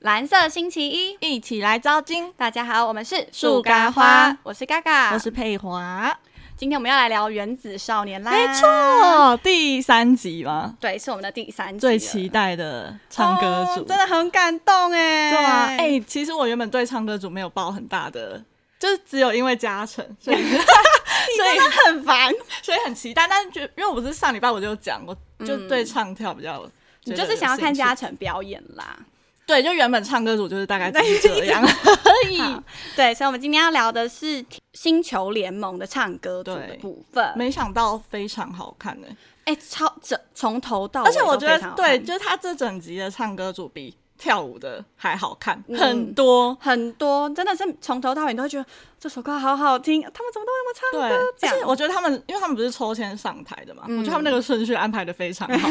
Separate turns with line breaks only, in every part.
蓝色星期一，
一起来招金。啊
大家好，我们是
树咖花
我是嘎嘎，
我是佩华，
今天我们要来聊《原子少年》啦，
没，错，哎第三集嘛，
对，是我们的第三集了，
最期待的唱歌组，
哦真的很感动哎，
对啊，哎、其实我原本对唱歌组没有抱很大的，就是只有因为嘉诚， 所以所以
很烦，
所以很期待，但是就因为我不是上礼拜我就有讲，我就对唱跳比较。
你就是想要看
嘉
嘉诚表演啦。
对，就原本唱歌组就是大概就是这 样而已，
好对，所以我们今天要聊的是《星球联盟》的唱歌组的
对
部分。
没想到非常好看呢、
哎、超整从头到尾，
而且我觉得对，，就是他这整集的唱歌组比跳舞的还好看、
嗯
很多。
很多真的是从头到尾你都会觉得这首歌好好听，他们怎么都那
对，
么唱歌
而
这样嗯
且我觉得他们，因为他们不是抽签上台的嘛，我觉得他们那个顺序安排的非常 好，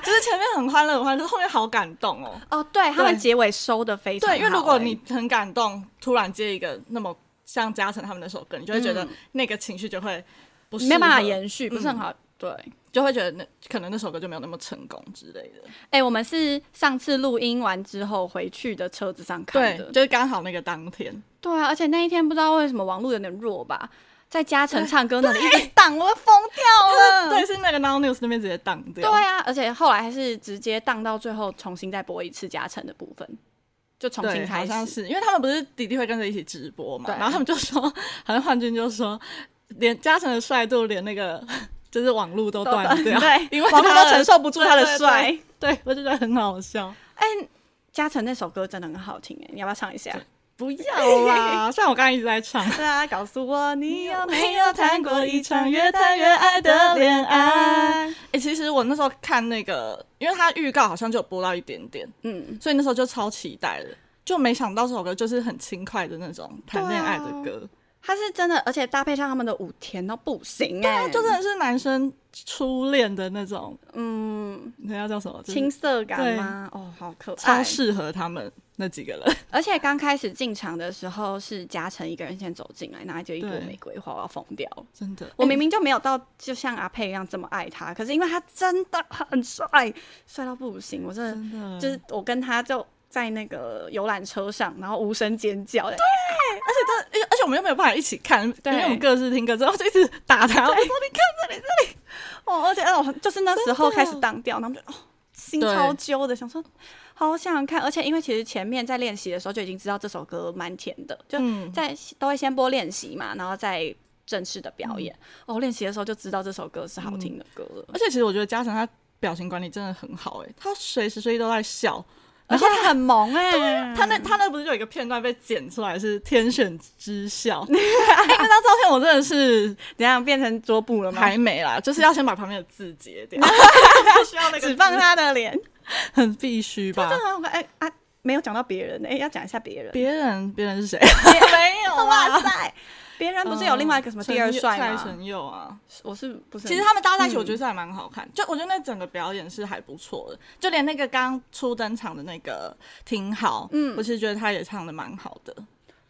就是前面很欢乐很欢乐，可是后面好感动哦。
哦，对他们结尾收的非常好、
对，因为如果
哎
你很感动，突然接一个那么像嘉诚他们那首歌，你就会觉得那个情绪就会不适合嗯
嗯没有办法，延续，不是很好。对，
就会觉得那可能那首歌就没有那么成功之类的。
哎、我们是上次录音完之后回去的车子上看
对
的，，
就是刚好那个当天，
对啊，而且那一天不知道为什么网络有点弱吧，在嘉诚唱歌那里一直荡，我都 疯掉了。
对，是那个 Now News 那边直接当掉。
对啊，而且后来还是直接荡到最后，重新再播一次加成的部分，就重
对，
新开
好像
始。
是因为他们不是弟弟会跟着一起直播嘛，
对
然后他们就说，好像幻君就说，连嘉诚的帅度，连那个就是网路都断掉，
对，
因为
网络
他
都
的
承受不住他的帅。。
对对对，对我就觉得很好笑。
嘉诚那首歌真的很好听哎，你要不要唱一下？
不要啦， 虽然我刚刚一直在 唱。
对啊，告诉我你有
没有谈过一场越谈越爱的恋爱？哎、其实我那时候看那个，因为他预告好像就有播到一点点，
嗯，
所以那时候就超期待的，就没想到这首歌就是很轻快的那种谈恋爱的
啊
歌。
他是真的，而且搭配上他们的舞甜到不行
啊
哎，
就真的是男生初恋的那种，
嗯，
那要叫什么？就是
青涩感吗？哦，好可
超
爱。
适合他们那几个人。
而且刚开始进场的时候是嘉诚一个人先走进来，拿着一朵
对
玫瑰花，我要疯掉了。
真的，哎
我明明就没有到就像阿佩一样这么爱他，可是因为他真的很帅，帅到不行，我真
真的
的就是我跟他就在那个游览车上，然后无声尖叫，对，
而哎且而且我们又没有办法一起看，
对
因为我们各自听各自，我就一直打他。我就说
哦，而且哦，就是那时候开始当掉，然后就哦。心
对
超揪的，想说好想看，而且因为其实前面在练习的时候就已经知道这首歌蛮甜的，就
嗯，
在、都会先播练习嘛，然后再正式的表演。哦，练习的时候就知道这首歌是好听的歌了，
而且其实我觉得嘉诚他表情管理真的很好、欸，哎，他随时随地都在笑。
而
然
且
后
他很萌哎、
他那他那不是就有一个片段被剪出来是天选之 笑，哎、那张照片我真的是
怎样变成桌布了吗？
还没啦，就是要先把旁边的字截 掉，不需要那个
只
字
放他的脸，
很必须吧
真？的很可爱哎啊！没有讲到别人，哎、要讲一下别啊人。
别人别人是谁？
没有， 哇塞！别人不是有另外一个什么第二帅
蔡
吗？
成佑啊，
我是不是很？
其实他们搭在一起，
嗯
我觉得是还蛮好看。就我觉得那整个表演是还不错的，就连那个刚出登场的那个挺好，嗯，我其实觉得他也唱的蛮好的。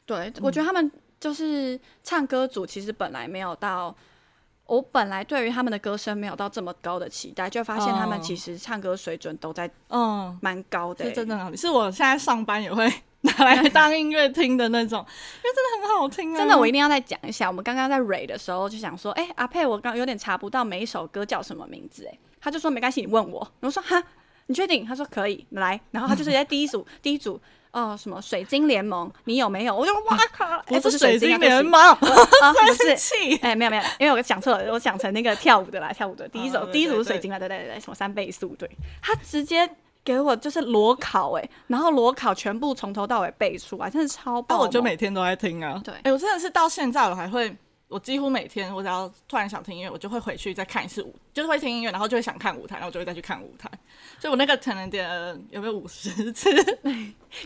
对，我
嗯
觉得他们就是唱歌组，其实本来没有到。我本来对于他们的歌声没有到这么高的期待，就发现他们
哦
其实唱歌水准都在
嗯，
蛮高的、
是
欸，
真的很好听，是我现在上班也会 拿 来当音乐听的那种，因为真的很好听啊。
真的，我一定要再讲一下。我们刚刚在蕊的时候就想说，哎、阿佩，我刚有点查不到每一首歌叫什么名字、哎，他就说没关系，你问我。我说哈，你确定？他说可以，来。然后他就是在第一组，第一组，哦、什么水晶联盟，你有没有？我就 哇靠，哎、
我
不
是水
晶
晶
啊
联，盟，
对不起 啊，不
生。
是
气。
哎、没有没有，因为我讲错了，我讲成那个跳舞的啦，跳舞的第一首、
哦对
第一组
对
是水晶啦，对对对，什么三倍速，对，他直接给我就是裸考哎、然后裸考全部从头到尾背出来，真的超
那
爆
啊我就
猛
每天都在听啊。
对
哎、我真的是到现在我还会，我几乎每天我只要突然想听音乐，我就会回去再看一次舞，就是会听音乐，然后就会想看舞台，然后就会再去看舞台。所以我那个可能点了有没有五十次，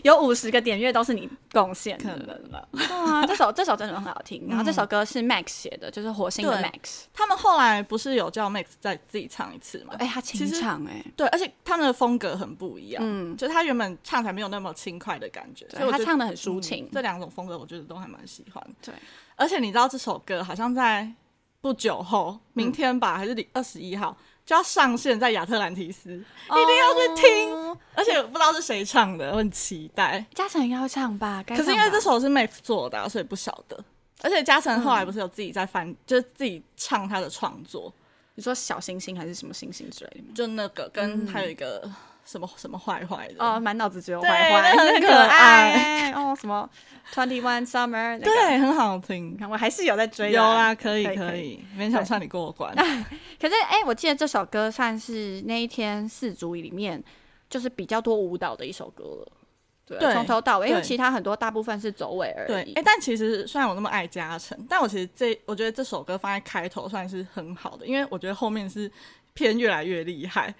有五十个点阅都是你贡献
可
的。
能吧。
对啊，这首这首真的很好听。然后这首歌是 Max 写的，就是火星的
对
Max。
他们后来不是有叫 Max 再自己唱一次吗？
哎，他清
其实
唱哎，
对，而且他们的风格很不一样。
嗯，
就他原本唱才没有那么轻快的感觉，所以
对
我
他
觉得
唱的很抒情
嗯。这两种风格我觉得都还蛮喜欢。
对，嗯
而且你知道这首歌好像在不久后，明天吧，还是二十一号，就要上线在亚特兰提斯，
一定
要去听
哦、
而且不知道是谁唱的，我很期待。
嘉诚应该会唱吧？可
可是因为这首是 Max 做的啊、所以不晓得。而且嘉诚后来不是有自己在
嗯
翻，就是自己唱他的创作，
你说小星星还是什么星星之类的吗？
就那个跟还有一个什么、什么坏坏的，
嗯哦，满脑子只有
对
坏坏，
那很
很
可爱
爱哦，什么 Twenty One Summer，那个
对，很好
你
听。
看我还是有在追的
有
啊
啦，可以
可以
可
可
以，勉强算你过关。
可是哎、我记得这首歌算是那一天四组里面就是比较多舞蹈的一首歌了。对
对
啊，从头到尾，因为
对
其他很多大部分是走尾而
对，哎
已。、
但其实虽然我那么爱嘉诚，但我其实这我觉得这首歌放在开头算是很好的，因为我觉得后面是偏越来越厉害。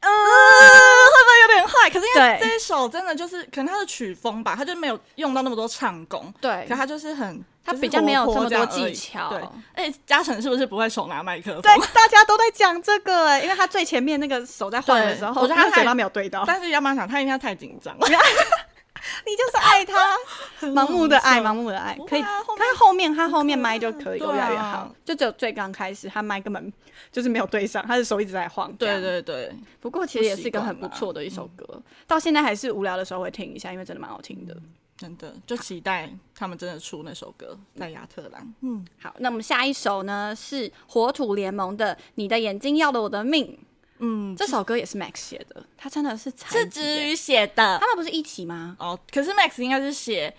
嗯、会不会有点坏？可是因为
啊对
这一首真的就是，可能它的曲风吧，它就没有用到那么多唱功，
对
可它就是很，
它
就是
比较没有
活泼
这么
样
多
而已
技巧
对，哎、嘉诚是不是不会手拿麦克风？
对， 大家都在讲这个、哎，因为他最前面那个手在晃的时候，
对我觉得他
那个嘴
太
巴没有对到，
但是要不然想，他应该太紧张了。
你就是爱 他，盲目的爱，盲目的爱
不，会
可以。
啊后面
他后面他后面麦就可以
对啊
越来越好，就只有最刚开始他麦根本就是没有对上，他的手一直在晃。这样
对，对对，
不过其实也是一个很不错的一首歌，到现在还是无聊的时候会听一下，因为真的蛮好听的。
真的就期待他们真的出那首歌在亚特兰。嗯，
好，那我们下一首呢是火土联盟的《你的眼睛要了我的命》。嗯，这首歌也是 Max 写的，他真的是才
是
子耶
子瑜写的
他们不是一起吗？
哦，可是 Max 应该是写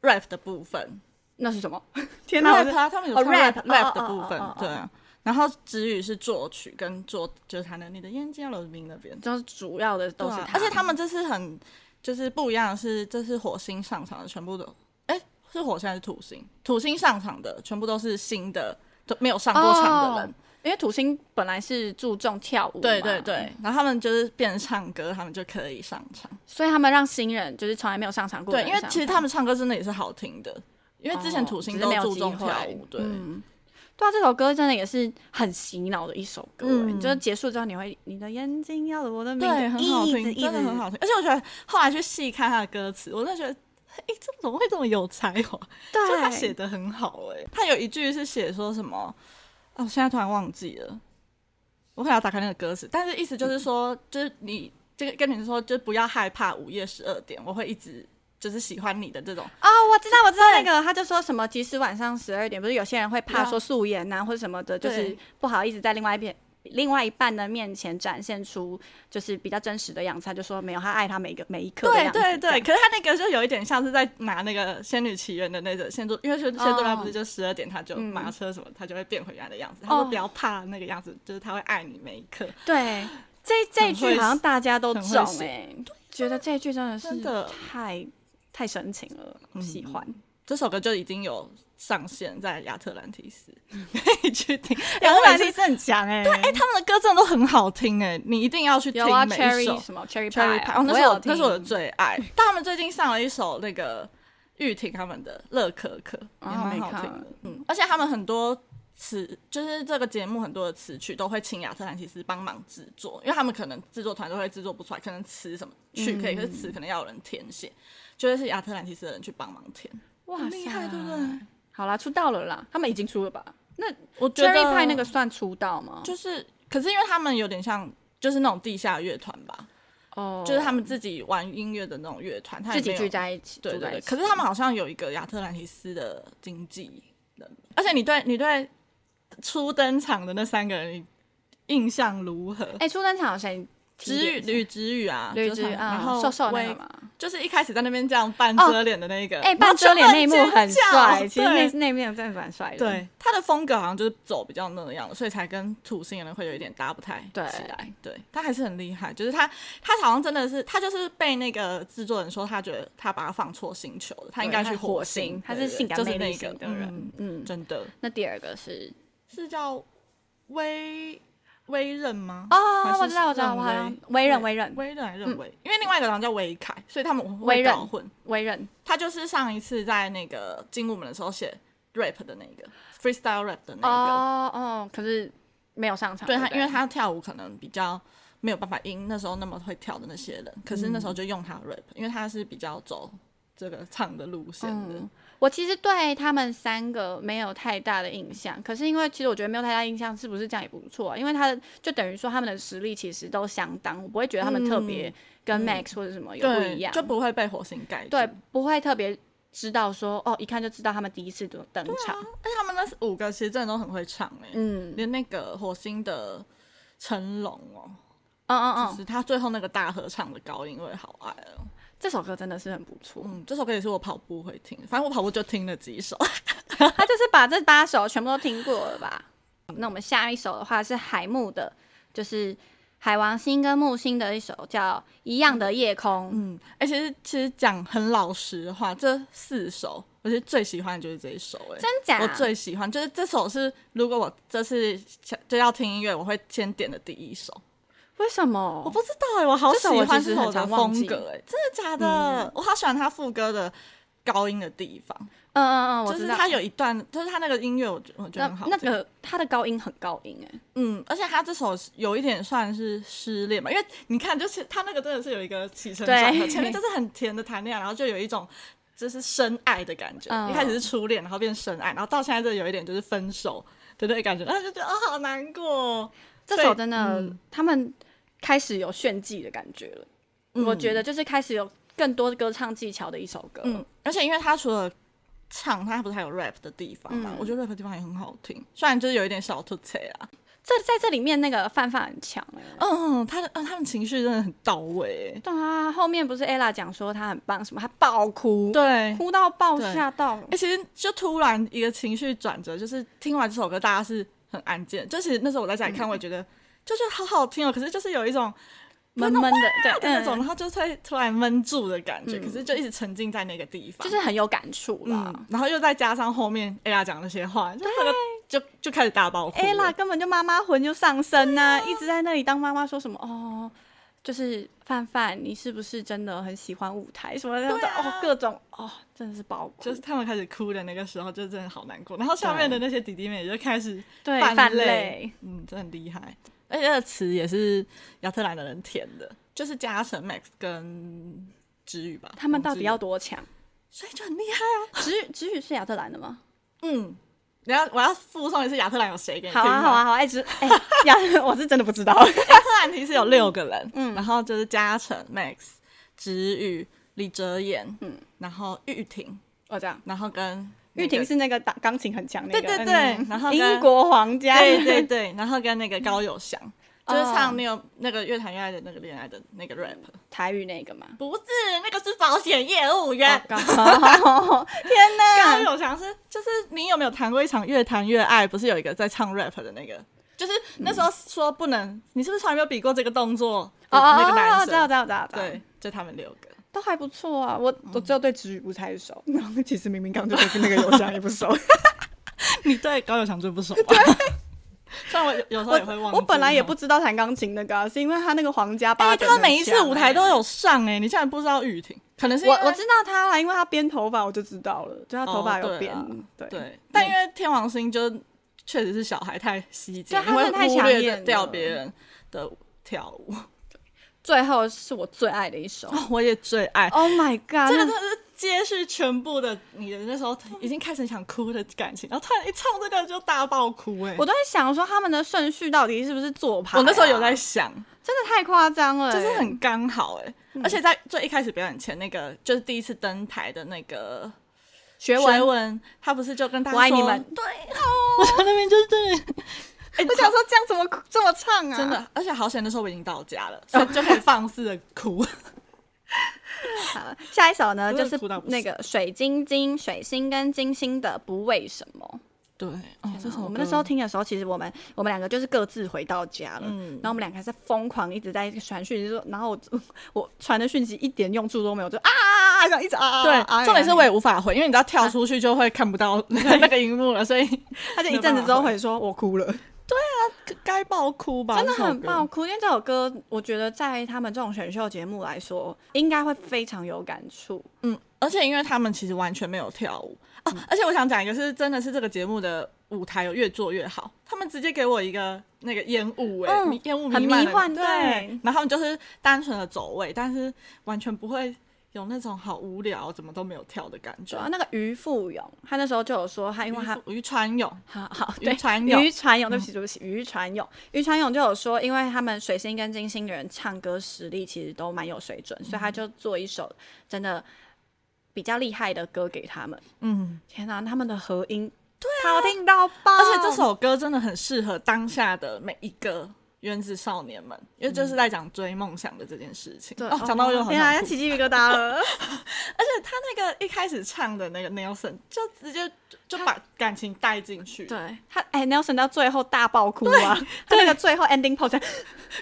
rap 的部分
那是什么？ 天哪！我
，rap
是
啊，他们有
哦
唱
rap，
rap
哦
rap
哦
的
哦
部分
哦哦，
对啊。然后子宇是作曲跟作，就是他的你的眼睛要流明那边
就是主要的都是
对啊
他，
而且他们这次很就是不一样的是，这次火星上场的全部都，哎、是火星还是土星？土星上场的全部都是新的，都没有上过场的人。
哦因为土星本来是注重跳舞，
对对，对，然后他们就是变成唱歌，他们就可以上场。
所以他们让新人就是从来没有上场过的
对，
人
因
上
为
场，
其实他们唱歌真的也是好听的，因为之前
哦
土星
只是
都
没有
注
机
重跳
会
舞，对，
嗯对啊，这首歌真的也是很洗脑的一首歌、欸，
嗯
就是结束之后你会，你的眼睛要了我的名字，
对，很好
一直
听，
一直
真的很好听。而且我觉得后来去细看他的歌词，我真的觉得，哎、这怎么会这么有才华？
对，
就他写的很好哎、他有一句是写说什么？哦，我现在突然忘记了，我可能要打开那个歌词，但是意思就是说，就是你这个跟你说，就不要害怕午夜十二点，我会一直就是喜欢你的这种。
哦，我知道，我知道那个，他就说什么，即使晚上十二点，不是有些人会
对
怕
啊
说素颜呐、或者什么的，就是
对
不好意思在另外一边。另外一半的面前展现出就是比较真实的样子，他就说没有，他爱他每一个每一刻的
对
样子。
对
这样
对，，可是他那个就有一点像是在拿那个《仙女奇缘》的那个仙度，因为仙仙度拉不是就十二点他就马车什么，他就会变回原来的样子。他说
哦
不要怕那个样子，就是他会爱你每一刻。
对，这这一
很会
句好像大家都
很会
中
写
哎、觉得这一句真的是
真的嗯
太太深情了，喜欢。
这首歌就已经有上线在亚特兰蒂斯， 可以去听。
杨
然后
兰
每
蒂
次
是很强哎、
哎、他们的歌真的都很好听哎、你一定要去听
有啊
每一首
，Cherry。什么 Cherry
Cherry
Pie，
Pie，
啊
哦，那
我
是
有
我那是我的
听
最 爱。但他们最近上了一首那个玉婷他们的《乐可可》，
哦
也蛮
没
好
看
听的。嗯，而且他们很多词，就是这个节目很多的词曲都会请亚特兰提斯帮忙制作，因为他们可能制作团队会制作不出来，可能词什么曲可以，可是词可能要有人填写，就会是亚特兰提斯的人去帮忙填。
哇
很厉害
塞
对不对？
啊好啦，出道了啦，他们已经出了吧？那
我觉得
Cherry Pie 那个算出道吗？
就是，可是因为他们有点像。就是那种地下乐团吧，
哦，
就是他们自己玩音乐的那种乐团，他也
自己
没有
聚在一起，
对
住
对
在
对，
一起
可是他们好像有一个亚特兰提斯的经纪人，而且你对你对初登场的那三个人印象如何？
哎，初登场有谁？
知宇
吕
吕知宇啊，
吕
就是
之
他
啊，
然后
瘦瘦的那
威
个嘛，
就是一开始在那边这样半遮脸的那个，然
哎，
后
半遮脸那一幕
全部
很
尖叫
帅，其实那
对
那面真的蛮帅的。
对他的风格好像就是走比较那样的，所以才跟土星人会有一点搭不太
对
起来。对，他还是很厉害，就是他他好像真的是他就是被那个制作人说他觉得他把他放错星球了，他应该去
火
星
星，，他
对
是
对
性感
就是
魅
那
力
个
型的人
嗯。
嗯，
真的
那第二个是
是叫威威刃吗？还
哦，
是
我知道，我知道，
任
我好像微
威
人，微人，
威刃嗯还是任威，因为另外一个好像叫威凯，所以他们
威
会
刃
搞混。
微人，
他就是上一次在那个进入门的时候写 rap 的那个 freestyle rap 的那个，
哦哦，可是没有上场。
对
不
他，因为他跳舞可能比较
嗯
没有办法赢那时候那么会跳的那些人，可是那时候就用他 rap，因为他是比较走这个唱的路线的。
嗯我其实对他们三个没有太大的印象，可是因为其实我觉得没有太大印象，是不是这样也不错、啊？因为他的就等于说他们的实力其实都相当，我不会觉得他们特别跟 Max 或者什么有不
嗯对，
一样，
就不会被火星盖住。
对，不会特别知道说哦，一看就知道他们第一次登登场，
而且他们那五个其实真的都很会唱哎、
嗯
连那个火星的成龙哦，
嗯嗯
就
嗯，
是他最后那个大合唱的高音，我也好爱哦。
这首歌真的是很不错，
嗯，这首歌也是我跑步会听，反正我跑步就听了几首。
他就是把这八首全部都听过了吧？那我们下一首的话是海木的，就是海王星跟木星的一首叫《一样的夜空》。
嗯，哎、其实其实讲很老实的话，这四首我其实最喜欢的就是这一首哎、
真假？
我最喜欢就是这首是，如果我这次想就要听音乐，我会先点的第一首。
为什么？
我不知道哎、
欸
我好喜欢这首
这首我其实
的
很常忘
风
记
格哎、真的假的？我好喜欢他副歌的高音的地方，
嗯嗯嗯，我
就是
知道。
他有一段，就是他那个音乐，我觉我觉得很
那
好
那
听
个他的高音很高音哎、
嗯，而且他这首是有一点算是失恋嘛，因为你看，就是他那个真的是有一个起承转合，
对
前面就是很甜的谈恋爱，然后就有一种就是深爱的感觉，
嗯
一开始是初恋，然后变深爱，然后到现在这有一点就是分手的那个感觉，然后就觉得哦好难过哦，
这
所
首
以嗯
真的、他们开始有炫技的感觉了。我觉得就是开始有更多歌唱技巧的一首歌。
嗯，而且因为他除了唱，他不是还有 rap 的地方嘛，
嗯
我觉得 rap 的地方也很好听，虽然就是有一点小吐槽啊，
这在这里面那个范范很强哎、
嗯，他的嗯他们情绪真的很到位欸，
对啊，后面不是 ella 讲说她很棒什么，她爆哭，
对，
哭到爆
对
吓到。
哎、其实就突然一个情绪转折，就是听完这首歌，大家是很安静。就其实那时候我在家里看，我也觉得、就觉得好好听哦，可是就是有一种啊
闷闷 的，对，
的那种，
嗯、
然后就会突然闷住的感觉，
嗯
可是就一直沉浸在那个地方，
就是很有感触啦。
嗯，然后又再加上后面 ella 讲那些话，就这个就就开始大爆哭了。
ella 根本就妈妈魂就上身呐、一直在那里当妈妈，说什么哦，就是范范，你是不是真的很喜欢舞台什么的、
对啊
哦，各种哦，真的是爆哭，
就是他们开始哭的那个时候，就真的好难过。然后下面的那些弟弟妹也就开始
对
泛
泛
泪
泪
嗯，真的很厉害。而且这个词也是亚特兰的人填的，就是加成 Max 跟知宇吧。
他们到
王知
底
宇
要，多强？
所以就很厉害啊。
直宇直宇是亚特兰的吗？
嗯，你要我要附送一次亚特兰有谁给你
好
听吗
啊好啊好啊，哎直哎亚， 我是真的不知道。
亚特兰提是有六个人，嗯，然后就是加成 Max、知宇、李哲言，嗯，然后玉婷，
我哦这样，
然后跟
玉婷是那个打钢琴很强那个，
对对
嗯
对然后跟
英国皇家，
对对对，然后跟那个高友翔，就是唱
哦
那个、那个乐坛恋爱的那个恋爱的那个 rap，
台语那个嘛。
不是那个是保险业务员。
哦高天
高
哪！
友翔是就是你有没有谈过一场越谈越爱？不是有一个在唱 rap 的那个，就是那时候说不能，你是不是从来没有比过这个动作？
哦哦
那个
哦，
男
知道
生
知道知道知道，
对，就他们六个。
都还不错啊。我我只有对词语不太熟，然后其实明明刚就对那个邮箱也不熟。
你对高友翔最不熟 吗？虽然我有有时候也会忘
我
记
我本来也不知道弹钢琴那个啊、是因为他那个皇家八、
哎、他每一次舞台都。有上哎、你竟然不知道雨婷？可能是因
我
为
我知道他啦，因为他编头发我就知道了，就他头发
哦
有
对
编、
啊
对
对，但因为天王星就确实是小孩太吸睛，
对
因
他
为
真的太
忽
抢
略
眼
掉
了
别人的跳舞。
最后是我最爱的一首。
哦我也最爱
Oh my god！
这个，
那
它是揭示全部的你的那时候已经开始想哭的感情，然后突然一唱这个就大爆哭哎、
我都在想说他们的顺序到底是不是做牌、
我那时候有在，想，
真的太夸张了、
就是很刚好哎、而且在最一开始表演前，那个就是第一次登台的那个
学
文，
文。
他不是就跟大家说
我爱你们
对哦，我在那边就是对，哎
我想说这样怎么这么唱啊？
真的，而且好险那时候我已经到家了，所以就可以放肆的哭。
好，下一首呢
真的
就是
哭到不
那个水晶晶、水星跟金星的不为什么。
对，哦，这首
我们那
歌
时候听的时候，其实我们我们两个就是各自回到家了，
嗯
然后我们两个还在疯狂一直在传讯息，就说，然后我我传的讯息一点用处都没有，就啊啊啊这样一直啊啊啊
对
啊，啊
重点是
啊
我也无法回，因为你知道跳出去就会看不到 那个荧幕了，所以
他就一阵子之后回说，我哭了，
该爆哭吧，
真的
这首
很
歌
爆。哭，因为这首歌我觉得在他们这种选秀节目来说，应该会非常有感触。
嗯，而且因为他们其实完全没有跳舞啊，
嗯
而且我想讲一个是真的是这个节目的舞台有越做越好，他们直接给我一个那个烟雾哎，
嗯
迷烟雾
很
弥漫
迷
的
幻
对
对，
然后他们就是单纯的走位，但是完全不会有那种好无聊，怎么都没有跳的感觉
主要。啊那个渔富勇，他那时候就有说他，因为他
渔船泳，
好好
渔
对
船嗯泳
渔传勇，对不起对不起，渔传勇，渔传勇就有说，因为他们水星跟金星的人唱歌实力其实都蛮有水准，所以他就做一首真的比较厉害的歌给他们。
嗯，啊
天哪、他们的合音对、好听到爆，
而且这首歌真的很适合当下的每一个原子少年们，因为就是在讲追梦想的这件事情。
嗯对
哦，讲到又好
天啊，要
想哭。
起鸡皮疙瘩了。
而且他那个一开始唱的那个 Nelson，就直接就就把感情带进去，
对他，哎、n e l s o n 到最后大爆哭啊！他那个最后 ending pose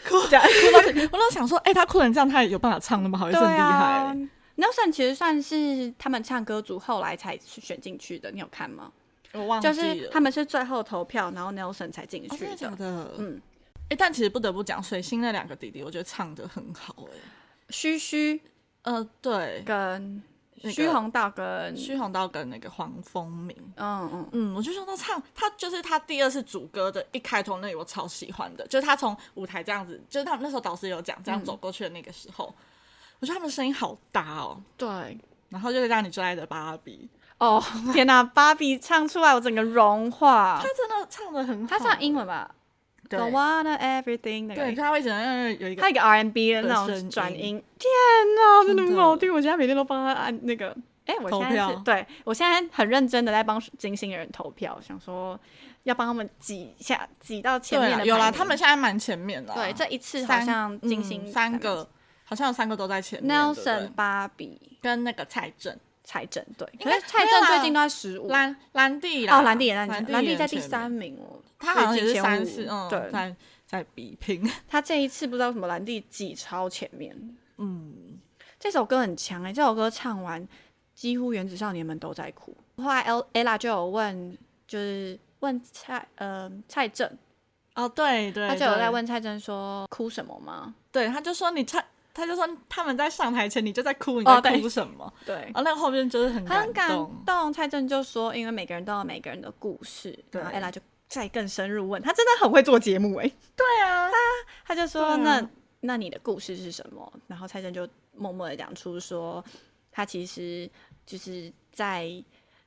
哭
这样
哭到 我都想说，哎、他哭成这样，他也有办法唱那么好，也是很厉害、
啊，Nelson 其实算是他们唱歌组后来才选进去的，你有看吗？
欸我忘记
就
了，
是他们是最后投票，然后 Nelson 才进
哦、真
去
的假
的。
的？嗯
嗯，
哎、但其实不得不讲，水星那两个弟弟，我觉得唱的很好、哎，
虚虚
呃，对，
跟
那个
虚宏道跟
徐宏道跟那个黄蜂鸣。
嗯嗯，
嗯，我就说他唱，他就是他第二次主歌的一开头那里，我超喜欢的，就是他从舞台这样子，就是他们那时候导师有讲，这
嗯
样走过去的那个时候，我觉得他们声音好搭哦，
对。
然后就是让你最爱的芭比，
哦， 天哪、芭比唱出来，我整个融化
他。真的唱的很好，
他唱英文吧
对
，I wanna everything 那
对，
个，
他会整个有一个
他有一个 R&B 的
的
那
声音
种转音，天哪、真的
真
很
的
好听！我现在每天都帮他按那个，哎、我
投
现在是
票
对我现在很认真的在帮金星的人投票，想说要帮他们挤一下，挤到前
对啦
面的
有啦，
排名
他们现在蛮前面的啊、
对，这一次好
三
像金星、
嗯三个，好像有三个都在前面对不对
Nelson、芭比、
跟那个蔡正、
蔡政对，
应
可
该
是蔡
没有
政
啦
最近都在十五。
兰兰蒂啦，
哦，兰蒂也在前，兰蒂
也
在第
前面
三，名哦，
他好像也
最
是
近
三
前五
四，嗯，
对
在在比拼，
他这一次不知道为什么兰蒂挤超前面。
嗯，
这首歌很强哎、这首歌唱完，几乎原子少年们都在哭。后来 L Ella 就有问，就是问蔡呃蔡正，
哦，对对，
他就有
对
在，问蔡正说哭什么吗？
对，他就说你唱，他就说他们在上台前你就在哭，你
哦
在
对
哭什么？
对，
啊，那个后面就是很
很感
动，
动。蔡正就说，因为每个人都有每个人的故事，
对
然后 Ella 就再更深入问，他真的很会做节目哎、
对啊，
他就
对啊
说：“那那你的故事是什么？”然后蔡正就默默的讲出说，他其实就是在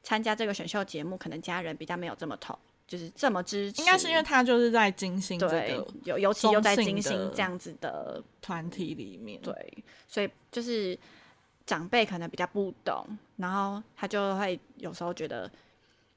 参加这个选秀节目，可能家人比较没有这么投，就是这么支持。
应该是因为他就是在金星这
对
个，
尤尤其又在
中性
金星
的
这样子的
团体里面，
对，所以就是长辈可能比较不懂，然后他就会有时候觉得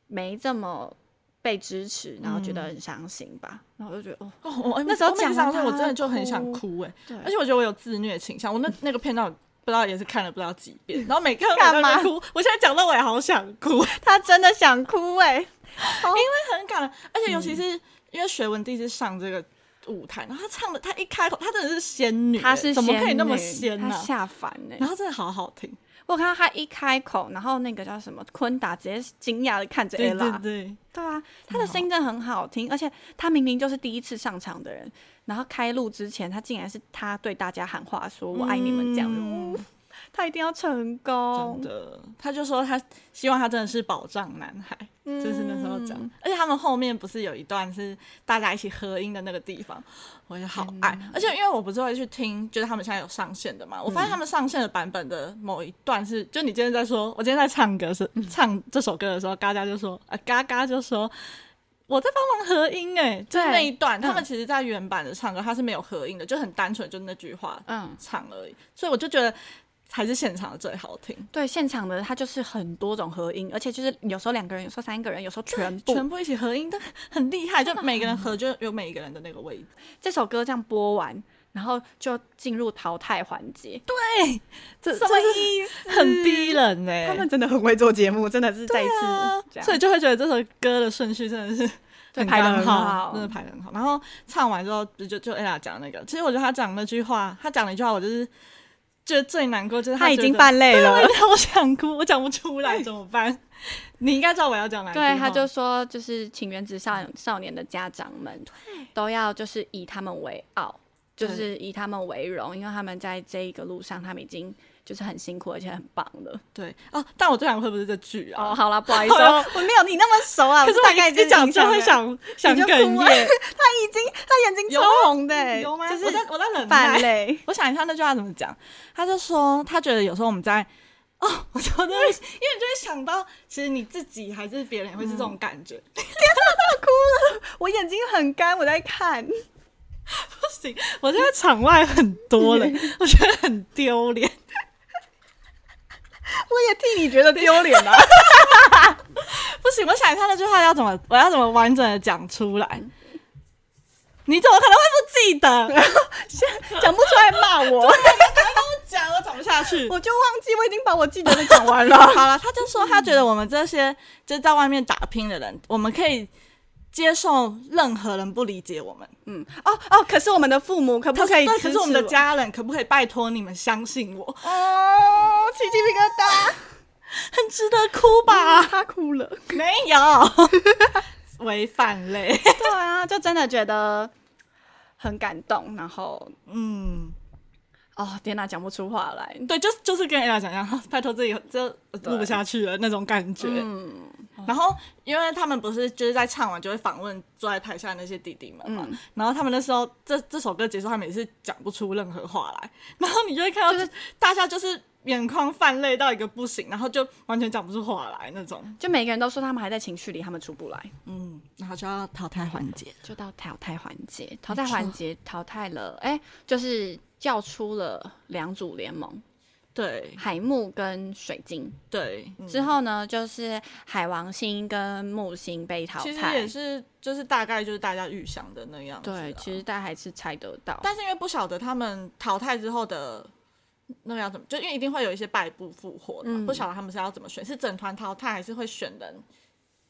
没这么被支持，然后觉
嗯
得很伤心吧。然后我就觉得哦，
哦，我
那时候
我每次
讲
想
完
说我
他
真的就很想
哭
哭哎、
对
而且我觉得我有自虐倾向，我 那那个片段不知道也是看了不知道几遍，然后每看
干
我
嘛
都哭，我现在讲到我也好想 哭，
他真的想哭哎、
很感人，而且尤其是因为学文第一次上这个舞台，然后她唱的，她一开口，她真的是仙女欸、
她是
怎么可以
仙
那么
女
仙呢、
她吓凡呢、
然后真的好好听，
我看到她一开口，然后那个叫什么昆达直接惊讶的看着
对
ella，
对对，
对啊，她的声音真的很好听，而且她明明就是第一次上场的人，然后开录之前，她竟然是她对大家喊话说“我爱你们”这样，
嗯
嗯她一定要成功
真，的，她就说她希望她真的是宝藏男孩。
嗯
就是那时候讲，而且他们后面不是有一段是大家一起合音的那个地方，我也好爱。
嗯
而且因为我不是会去听，就是他们现在有上线的嘛，我发现他们上线的版本的某一段是，就你今天在说，我今天在唱歌是
嗯
唱这首歌的时候，嘎嘎就说，啊嘎嘎就说。我在帮忙合音哎、就是
对
那一段，他们
嗯
其实，在原版的唱歌，它是没有合音的，就很单纯，就那句话
嗯，
唱而已。所以我就觉得还是现场的最好听，
对，现场的她就是很多种合音，而且就是有时候两个人，有时候三个人，有时候全部。
全部一起合音，但很厉害，就每个人合就有每一个人的那个位置。
这首歌这样播完，然后就进入淘汰环节，
这
什么意思？
这是 很逼人呢、
哎他们真的很会做节目，真的是再一次这样，
所以就会觉得这首歌的顺序真的是
对
很
排得
刚
很嗯
好，
好
真的排的很好。然后唱完之后，就就就 ella 讲那个，其实我觉得他讲那句话，他讲了一句话，我就是觉得最难过，就是
他已
觉
经
得
犯累
对
了。
我好想哭，我讲不出来怎么办？你应该知道我要讲哪一句话。
对，他就说，就是请原子少少年的家长们，都要就是以他们为傲，就
对
是以他们为荣，因为他们在这一个路上，他们已经就是很辛苦，而且很棒的。
对哦，但我最想会不是这句啊？
哦，好啦，不好意思，我我没有你那么熟啊。
可是
大概
我一讲就
就
啊会想想
你就哭
哽咽，
了已经， 他眼睛
有
超
吗
红的、欸，
有吗？
就是
我在我在忍
泛
耐。
泪。
我想一下那句话怎么讲，他就说他觉得有时候我们在哦，我觉得因为你就会想到，其实你自己还是别人也会是这种感觉，
我眼睛很干，我在看。
不行，我现在场外很多 了，我觉得很丢脸。
我也替你觉得丢脸 啊！
不行，我想一下那句话要怎么，我要怎么完整的讲出来？你怎么可能会不记 得？
讲不出来骂我，
讲我讲不下去。
我就忘记我已经把我记得的讲完了。
好了，他就说他觉得我们这些就是在外面打拼的人，我们可以接受任何人不理解我们。
嗯，哦哦，可是我们的父母可不可以
对
支持？
可是我们的家人可不可以拜托你们相信我？
哦，起鸡皮疙 瘩，
很值得哭吧？
他哭了。
没有， 违反嘞。
对啊，就真的觉得很感动，然后
嗯，
哦天哪，讲不出话来。
对，就是就是跟 Ella 讲一样，拜托自己这
对
录不下去了那种感觉。
嗯，
然后，因为他们不是就是在唱完就会访问坐在台下那些弟弟们嘛，
嗯
然后他们那时候这这首歌结束，他们也是讲不出任何话来， 然后你就会看到就是大家就是眼眶泛泪到一个不行，然后就完全讲不出话来那种，
就每个人都说他们还在情绪里，他们出不来，
嗯，然后就要淘汰环节，
就到淘汰环节。淘汰环节淘汰了，哎、就是叫出了两组联盟，
对
海木跟水晶。
对，嗯
之后呢，就是海王星跟木星被淘
其实
汰
也。是就是大概就是大家预想的那样子啊、
对，其实大家还是猜得到。
但是因为不晓得他们淘汰之后的那个要怎么，就因为一定会有一些败部复活的嘛，
嗯
不晓得他们是要怎么选，是整团淘汰还是会选人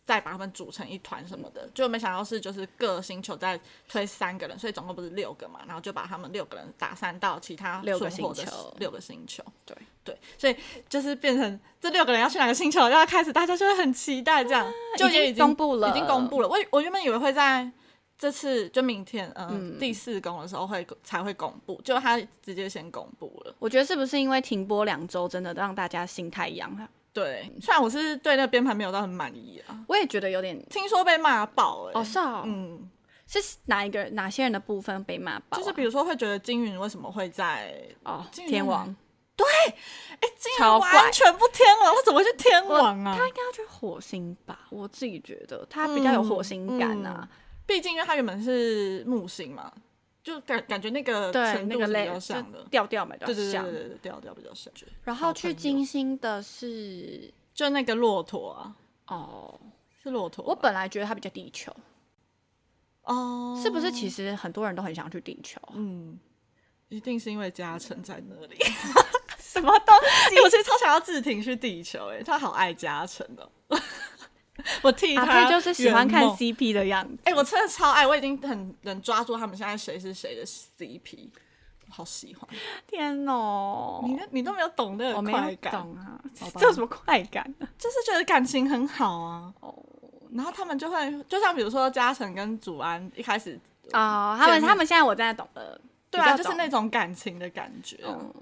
再把他们组成一团什么的？就没想到是就是各星球再推三个人，所以总共不是六个嘛，然后就把他们六个人打散到其他
六个
存活的
星球
六个星球，
对
对，所以就是变成这六个人要去哪个星球，要开始大家就会很期待这样，就
啊已经
也
公布了
已经公布了。我我原本以为会在这次就明天，呃、
嗯
第四公的时候会才会公布，就他直接先公布了。
我觉得是不是因为停播两周，真的让大家心太痒了？
对，虽然我是对那个编排没有到很满意啊，
我也觉得有点
听说被骂爆哎、
哦，是哦，
嗯，
是哪一个人哪些人的部分被骂爆啊、
就是比如说会觉得金云为什么会在，
哦，
金鱼
天
那个
王，
哎、金
超
云
怪
完全不天王，他怎么会去天王啊？
他应该要去火星吧？我自己觉得他比较有
嗯
火星感啊，
毕竟因为他原本是木星嘛，就感感觉那个
对，
程
那
度
个
是比
类
较
就
像的。
调调嘛，比较
对对对
像。
对对对，调调比较像。
然后去
金
金星的是
就那个骆驼啊，
哦，
是骆驼吧。
我本来觉得他比较地球，
哦，
是不是？其实很多人都很想去地球，啊
嗯，一定是因为嘉诚在那里。
什么都
哎、我其实超想要志婷去地球、哎，他好爱嘉诚哦。 我替
阿
他
佩就是喜欢看
圆梦
CP 的样子。
哎、我真的超爱，我已经很能抓住他们现在谁是谁的 CP，我好喜欢。
天哦，
你你都没有懂那个
我没有
快感，
懂啊
好，吧
这有什么快感呢？
就是觉得感情很好啊。
哦
然后他们就会，就像比如说嘉诚跟祖安一开始，
哦，他们
见面
他们现在我真的懂了，
对啊，
比较
就是
懂
那种感情的感觉啊、
嗯，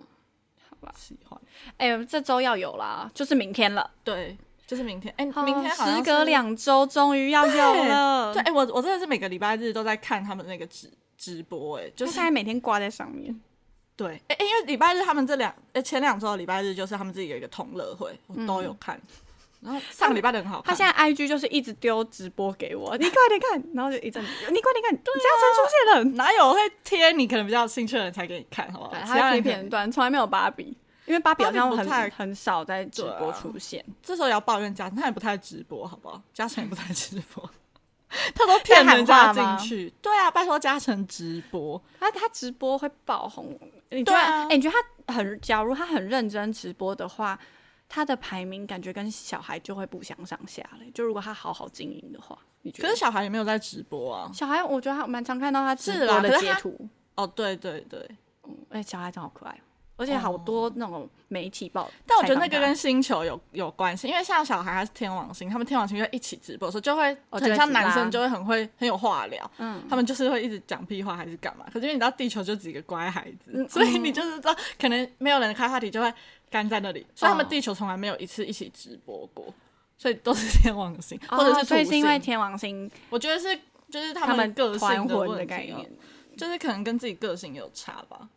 喜欢。
哎、这周要有啦，就是明天了。
对，就是明天，哎、明天好像
哦时隔
是
两周，终于要有了。
对，哎、我我真的是每个礼拜日都在看他们那个直直播、哎，就
就是现在每天挂在上面。
对，哎、哎因为礼拜日他们这两，哎、前两周的礼拜日就是他们自己有一个同乐会，我都有看。然后上个礼拜的很好
嗯他
看，
现在 IG 就是一直丢直播给我，你快点看，然后就一阵，你快点看，嘉诚出现了。
哪有会贴你可能比较有兴趣的人才给你看，好不好？
对，
其
他
人
贴
可
片段，从来没有芭比，因为芭比好像
芭比不太
很很少在直
对
播
啊
出现。
这时候也要抱怨嘉诚，他也不太直播，好不好？嘉诚也不太直 播，他都骗人家
在喊话吗
进去。对啊，拜托嘉诚直播，
他他直播会爆红，你觉
对
得？哎、
啊
你觉得他很？假如他很认真直播的话，他的排名感觉跟小孩就会不相上下了。就如果他好好经营的话，你觉
可
得？
是小孩也没有在直播啊。
小孩，我觉得他蛮常看到他直
是啦
播的
可是
截
他
图。
哦，对对对，
哎、小孩真好可爱哦。而且好多那种媒体报。
但我觉得那个
采访
跟星球有有关系，因为像小孩他是天王星，他们天王星就会一起直播的时候，就会
哦就会
很像
一起拉
男生就会很会很有话聊，
嗯
他们就是会一直讲屁话还是干嘛。可是因为你知道地球就几个乖孩子，
嗯
所以你就是知道可能没有人开话题就会干在那里，所以
哦
他们地球从来没有一次一起直播过，所以都是天王星、
他
或者
哦
是土
所以是
星，
因为天王星
我觉得是就是他
他们
个性
团魂
问
的
题
概念。
就是可能跟自己个性有差吧。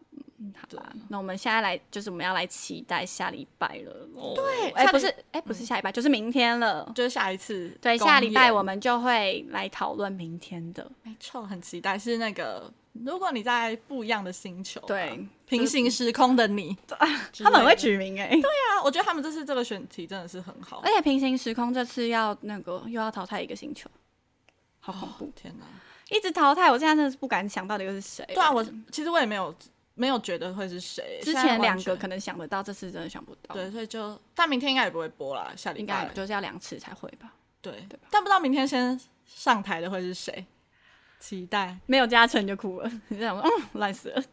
好
对
吧，那我们现在来，就是我们要来期待下礼拜了。
对
哎、
下礼嗯
不是，哎、不是下礼拜，就是明天了。
就是下一次
对，下礼拜
公演
我们就会来讨论明天的。
没错，很期待是那个，如果你在不一样的星球啊、
对
平行时空的你，对
他们很会取名哎、对，
啊，我觉得他们这次这个选题真的是很好
而，且平行时空这次要那个又要淘汰一个星球，好恐怖，
哦天哪！
一直淘汰，我现在真的是不敢想到底又是谁。
对啊，我其实我也没有没有觉得会是谁，
哎之
现在
前
完
两个
全
可能想得到，这次真的想不到。，
对，所以就但明天应该也不会播啦，下礼
应该
拜
也就是要两次才会吧？
对
对吧，
但不知道明天先上台的会是谁，期待
没有加成就哭了，你就想说嗯，烂死了。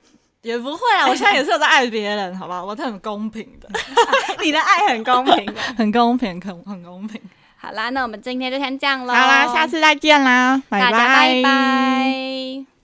也不会啊，我现在也是有在爱别人，好不好？我是很公平的，
你的爱 很公 平的。
很公平，很很公平。
好啦，那我们今天就先这样喽。
好啦，下次再见啦，
大家拜拜。